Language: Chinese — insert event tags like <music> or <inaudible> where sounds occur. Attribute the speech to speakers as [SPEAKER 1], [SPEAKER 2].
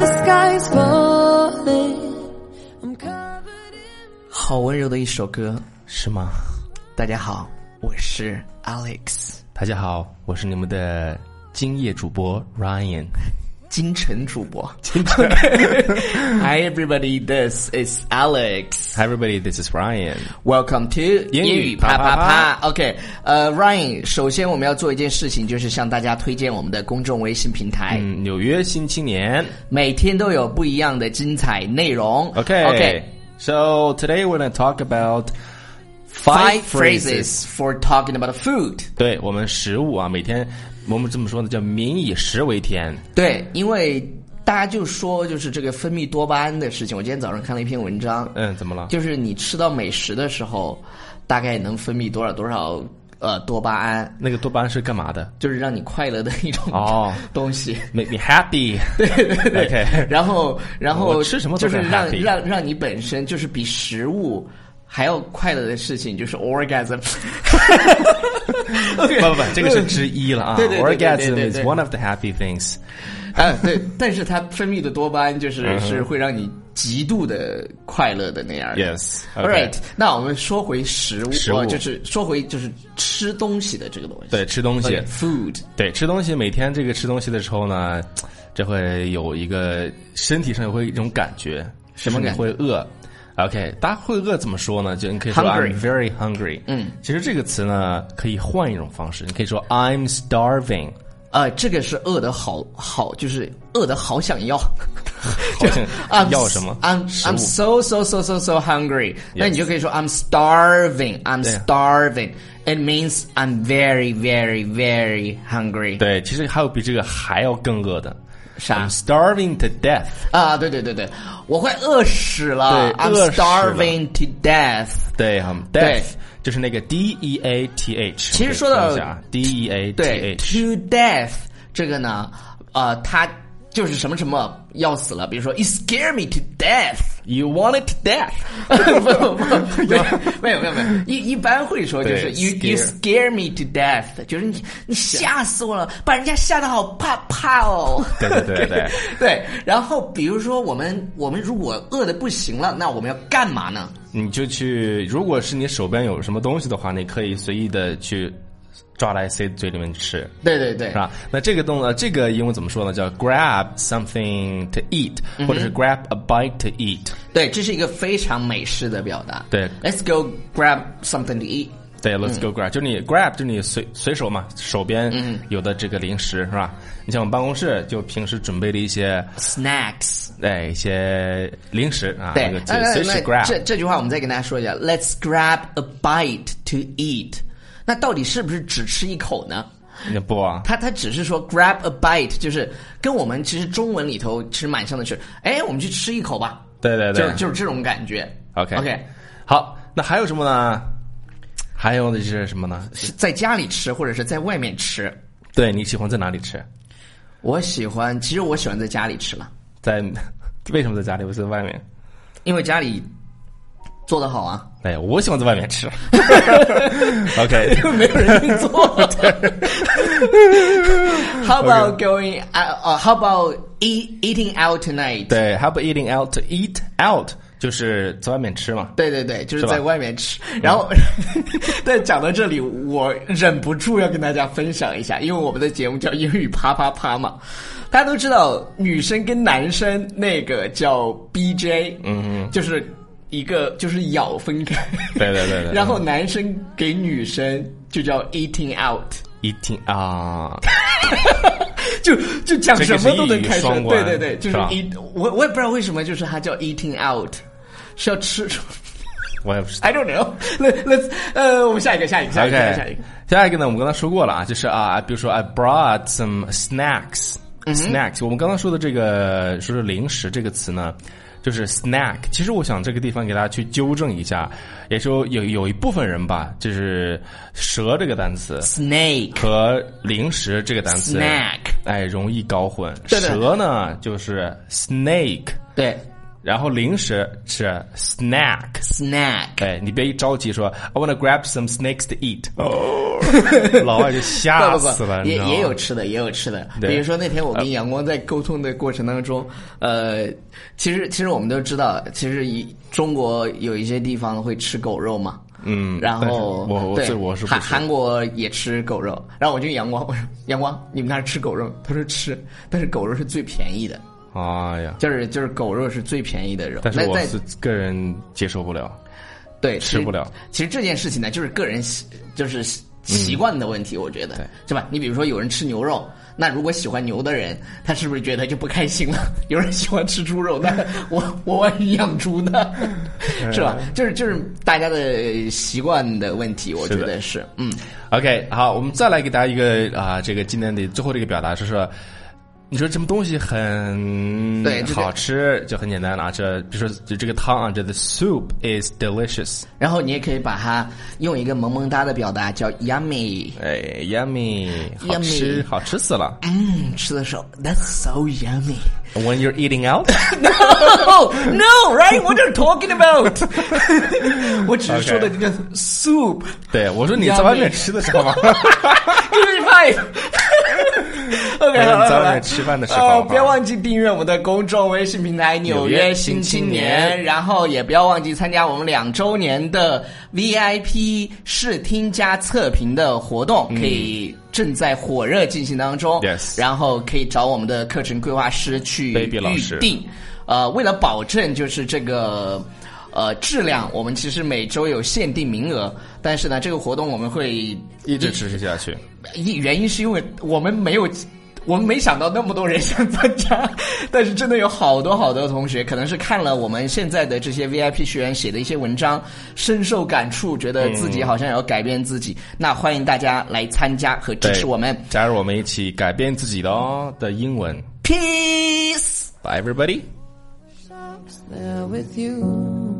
[SPEAKER 1] sky's falling. I'm covered in
[SPEAKER 2] 好温柔的一首歌。
[SPEAKER 3] 是吗？
[SPEAKER 2] 大家好，我是 Alex
[SPEAKER 3] 大家好，我是你们的今夜主播 Ryan。
[SPEAKER 2] 金晨主播。Hi everybody, this is Alex.
[SPEAKER 3] Hi everybody, this is Ryan。
[SPEAKER 2] Welcome to
[SPEAKER 3] 英语
[SPEAKER 2] 英语啪啪
[SPEAKER 3] 啪
[SPEAKER 2] 啪
[SPEAKER 3] 啪。
[SPEAKER 2] OK，呃，Ryan，首先我们要做一件事情，就是向大家推荐我们的公众微信平台。
[SPEAKER 3] 嗯，纽约新青年。
[SPEAKER 2] 每天都有不一样的精彩内容。
[SPEAKER 3] Okay.
[SPEAKER 2] OK。
[SPEAKER 3] So today we're gonna talk about
[SPEAKER 2] Five phrases for talking about food。
[SPEAKER 3] 对我们食物啊，每天我们这么说呢，叫民以食为天。
[SPEAKER 2] 对，因为大家就说就是这个分泌多巴胺的事情。我今天早上看了一篇文章，
[SPEAKER 3] 嗯，怎么了？
[SPEAKER 2] 就是你吃到美食的时候，大概能分泌多少多少呃多巴胺，
[SPEAKER 3] 那个多巴胺是干嘛的？
[SPEAKER 2] 就是让你快乐的一种
[SPEAKER 3] 哦
[SPEAKER 2] 东西。
[SPEAKER 3] Make me
[SPEAKER 2] <laughs>
[SPEAKER 3] happy。对对对。OK。
[SPEAKER 2] 然后，然后
[SPEAKER 3] 我吃什么
[SPEAKER 2] 就
[SPEAKER 3] 都
[SPEAKER 2] 是
[SPEAKER 3] 很
[SPEAKER 2] 让
[SPEAKER 3] happy
[SPEAKER 2] 让让你本身就是比食物还要快乐的事情，就是 orgasm。不
[SPEAKER 3] <laughs>
[SPEAKER 2] <laughs>
[SPEAKER 3] 不不不，这个是之一了啊。
[SPEAKER 2] 对对对对对
[SPEAKER 3] Orgasm
[SPEAKER 2] 对
[SPEAKER 3] is
[SPEAKER 2] 对
[SPEAKER 3] one of the happy things。
[SPEAKER 2] 啊，对，但是它分泌的多巴胺
[SPEAKER 3] 嗯
[SPEAKER 2] 就是是会让你极度的快乐的那样的。
[SPEAKER 3] Yes.
[SPEAKER 2] All right，那我们说回食物，
[SPEAKER 3] 食物
[SPEAKER 2] 哦就是说回就是吃东西的这个东西。
[SPEAKER 3] 对，吃东西。
[SPEAKER 2] ，food。
[SPEAKER 3] 对，吃东西每天这个吃东西的时候呢，这会有一个身体上会有一种感觉，
[SPEAKER 2] 什么感觉
[SPEAKER 3] 就是你会饿。OK，大家会饿怎么说呢？就你可以说
[SPEAKER 2] Hungry
[SPEAKER 3] I'm very hungry。嗯，其实这个词呢可以换一种方式，你可以说 I'm starving。
[SPEAKER 2] 呃，这个是饿的好好，就是饿的好想
[SPEAKER 3] <laughs>
[SPEAKER 2] 要，
[SPEAKER 3] 好像
[SPEAKER 2] I'm
[SPEAKER 3] 要什么
[SPEAKER 2] I'm
[SPEAKER 3] 食
[SPEAKER 2] I'm
[SPEAKER 3] 物
[SPEAKER 2] so so so so so hungry。那你就可以说 I'm starving, I'm
[SPEAKER 3] 对
[SPEAKER 2] starving. It means I'm very very very hungry。
[SPEAKER 3] 对，其实还有比这个还要更饿的
[SPEAKER 2] 啥
[SPEAKER 3] ，I'm starving to death。
[SPEAKER 2] 啊，对对对对，我快饿死了
[SPEAKER 3] 对
[SPEAKER 2] ，I'm
[SPEAKER 3] 饿死了
[SPEAKER 2] starving to death。
[SPEAKER 3] 对，I'm
[SPEAKER 2] 对
[SPEAKER 3] death 就是那个 D E A T H。
[SPEAKER 2] 其实说到
[SPEAKER 3] D E A T
[SPEAKER 2] 对
[SPEAKER 3] H，
[SPEAKER 2] ，to death 这个呢，呃，它就是什么什么要死了，比如说 you scare me to death。
[SPEAKER 3] You want it to death？
[SPEAKER 2] 不不不，没有没有没有没有，一一般会说就是
[SPEAKER 3] 对
[SPEAKER 2] you you scare me to death，就是你你吓死我了，把人家吓得好怕怕哦。
[SPEAKER 3] 对对对对对
[SPEAKER 2] 对，然后比如说我们我们如果饿的不行了，那我们要干嘛呢？
[SPEAKER 3] 你就去，如果是你手边有什么东西的话，你可以随意的去抓来塞嘴里面吃，
[SPEAKER 2] 对对对
[SPEAKER 3] 是，吧？那这个动呃，这个英文怎么说呢？叫 grab something to eat，或
[SPEAKER 2] 嗯
[SPEAKER 3] 者是 grab a bite to eat。
[SPEAKER 2] 对，这是一个非常美式的表达。
[SPEAKER 3] 对
[SPEAKER 2] ，Let's go grab something to eat。
[SPEAKER 3] 对，let's
[SPEAKER 2] 嗯
[SPEAKER 3] go grab，、就是你 grab，就是你随随手嘛，手边有的这个零食是吧？你像我们办公室就平时准备了一些，
[SPEAKER 2] Snacks，
[SPEAKER 3] 哎，一些零食啊，
[SPEAKER 2] 对
[SPEAKER 3] 那个，就
[SPEAKER 2] 那那
[SPEAKER 3] 随时
[SPEAKER 2] 那
[SPEAKER 3] grab。
[SPEAKER 2] 这这句话我们再跟大家说一下，Let's grab a bite to eat。那到底是不是只吃一口呢？
[SPEAKER 3] 那不啊，
[SPEAKER 2] 它它只是说 grab a bite，就是跟我们其实中文里头其实蛮像的，是哎，我们去吃一口吧，
[SPEAKER 3] 对对对，
[SPEAKER 2] 就是就是这种感觉。
[SPEAKER 3] OK
[SPEAKER 2] OK，
[SPEAKER 3] 好，那还有什么呢？还有的是什么呢？
[SPEAKER 2] 在家里吃或者是在外面吃，
[SPEAKER 3] 对你喜欢在哪里吃？
[SPEAKER 2] 我喜欢，其实我喜欢在家里吃了，
[SPEAKER 3] 在 <laughs> 为什么在家里不是在外面？
[SPEAKER 2] 因为家里做的好啊。
[SPEAKER 3] 哎，我喜欢在外面吃。OK，
[SPEAKER 2] 没有人做。how
[SPEAKER 3] 嗯
[SPEAKER 2] about going out? 呃 how about eat eating out tonight？
[SPEAKER 3] 对，How about eating out to eat out？就是在外面吃嘛。
[SPEAKER 2] 对对对，就是
[SPEAKER 3] 是吧嗯
[SPEAKER 2] 在外面吃。然后， <laughs> 但讲到这里，我忍不住要跟大家分享一下，因为我们的节目叫英语啪啪啪嘛。大家都知道，女生跟男生那个叫 BJ，嗯嗯，就是一个就是咬分开，
[SPEAKER 3] 对对对
[SPEAKER 2] <laughs>
[SPEAKER 3] 对
[SPEAKER 2] 然后男生给女生就叫 eating out。
[SPEAKER 3] Eating 啊，
[SPEAKER 2] 就就讲什么都能开始，
[SPEAKER 3] 这个是一语双
[SPEAKER 2] 对
[SPEAKER 3] 关
[SPEAKER 2] 对对，就是
[SPEAKER 3] 是吧
[SPEAKER 2] eat，我我也不知道为什么，就是它叫 eating out，是要吃出
[SPEAKER 3] 我也不知道。
[SPEAKER 2] ，I don't know。那 <laughs> 那呃，我们下一个，下一个，下一个，下一
[SPEAKER 3] OK，
[SPEAKER 2] 个。
[SPEAKER 3] 下一个呢，我们刚才说过了啊，就是啊，比如说 I brought some snacks。snacks，我们刚
[SPEAKER 2] 嗯
[SPEAKER 3] 刚说的这个说是零食这个词呢，就是 snack。其实我想这个地方给大家去纠正一下，也就有有一部分人吧，就是“蛇”这个单词
[SPEAKER 2] Snake
[SPEAKER 3] 和零食这个单词
[SPEAKER 2] snack，
[SPEAKER 3] 哎，容易搞混。
[SPEAKER 2] 对对
[SPEAKER 3] 蛇呢就是 snake，
[SPEAKER 2] 对
[SPEAKER 3] 然后零食是 snack。
[SPEAKER 2] snack。
[SPEAKER 3] 哎对你别一着急说 I wanna grab some snakes to eat，哦， <laughs> 老外就吓
[SPEAKER 2] 不不
[SPEAKER 3] 死了，
[SPEAKER 2] 不，<laughs>
[SPEAKER 3] 你
[SPEAKER 2] 也
[SPEAKER 3] 知道吗
[SPEAKER 2] 也有吃的，也有吃的。
[SPEAKER 3] 对呃
[SPEAKER 2] 比如说那天我跟阳光在沟通的过程当中，呃，其实其实我们都知道，其实以中国有一些地方会吃狗肉嘛，
[SPEAKER 3] 嗯，
[SPEAKER 2] 然
[SPEAKER 3] 但是
[SPEAKER 2] 后
[SPEAKER 3] <laughs> 我我
[SPEAKER 2] 对
[SPEAKER 3] 这我是不
[SPEAKER 2] 韩
[SPEAKER 3] 吃
[SPEAKER 2] 韩国也吃狗肉，然后我就阳光，我说阳光，你们那儿吃狗肉？他说吃，但是狗肉是最便宜的，
[SPEAKER 3] 哎呀，
[SPEAKER 2] 就是就是狗肉是最便宜的肉。
[SPEAKER 3] 但是
[SPEAKER 2] 那
[SPEAKER 3] 我
[SPEAKER 2] 在
[SPEAKER 3] 是个人接受不了，
[SPEAKER 2] 对
[SPEAKER 3] 吃不了。
[SPEAKER 2] 其实其实这件事情呢，就是个人习就是习习惯的问题，我觉得、
[SPEAKER 3] 嗯对
[SPEAKER 2] 是吧？你比如说有人吃牛肉，那如果喜欢牛的人，他是不是觉得就不开心了？ <laughs> 有人喜欢吃猪肉，那我我万一养猪
[SPEAKER 3] <laughs>
[SPEAKER 2] 呢？是吧？就是就是大家的习惯的问题，我觉
[SPEAKER 3] 是的
[SPEAKER 2] 得是嗯。
[SPEAKER 3] OK，好，我们再来给大家一个啊、这个今天的最后这个表达是说，你说什么东西很
[SPEAKER 2] 对这个
[SPEAKER 3] 好吃，就很简单了啊。这比如说就这个汤啊，这 the soup is delicious，
[SPEAKER 2] 然后你也可以把它用一个萌萌哒的表达叫 yummy，
[SPEAKER 3] 哎，yummy，好吃，
[SPEAKER 2] Yummy
[SPEAKER 3] 好吃死了。
[SPEAKER 2] 嗯，吃的时候 that's so yummy。
[SPEAKER 3] When you're eating out，
[SPEAKER 2] <laughs> No, no, right? What are you talking about? <laughs> 我只是说的这个 soup
[SPEAKER 3] 对我说你在外面
[SPEAKER 2] Yummy
[SPEAKER 3] 吃的时候嘛， <laughs>
[SPEAKER 2] <laughs> 就是派。OK，
[SPEAKER 3] 我说
[SPEAKER 2] 好
[SPEAKER 3] 你
[SPEAKER 2] 了
[SPEAKER 3] 在
[SPEAKER 2] 好
[SPEAKER 3] 外
[SPEAKER 2] 了
[SPEAKER 3] 面。吃饭的时
[SPEAKER 2] 呃
[SPEAKER 3] 候，，
[SPEAKER 2] 别忘记订阅我们的公众微信平台《纽约新青
[SPEAKER 3] 纽约新
[SPEAKER 2] 年
[SPEAKER 3] <laughs> 青》，年
[SPEAKER 2] 然后也不要忘记参加我们两周年的 VIP 试听加测评的活动，可以正在火热进行当中。
[SPEAKER 3] 嗯 Yes
[SPEAKER 2] 然后可以找我们的课程规划师去
[SPEAKER 3] Baby 老
[SPEAKER 2] 预
[SPEAKER 3] 师
[SPEAKER 2] 定。呃，为了保证就是这个。呃，质量我们其实每周有限定名额，但是呢，这个活动我们会
[SPEAKER 3] 一直持续下去。
[SPEAKER 2] 一原因是因为我们没有，我们没想到那么多人 <laughs> 想参加，但是真的有好多好多同学，可能是看了我们现在的这些 VIP 学员写的一些文章，深受感触，觉得自己好像也要改变自己。那欢迎大家来参加和支持
[SPEAKER 3] 对
[SPEAKER 2] 我们
[SPEAKER 3] 加入我们一起改变自己的哦的英文。
[SPEAKER 2] ，peace。
[SPEAKER 3] Bye everybody。
[SPEAKER 1] There with you.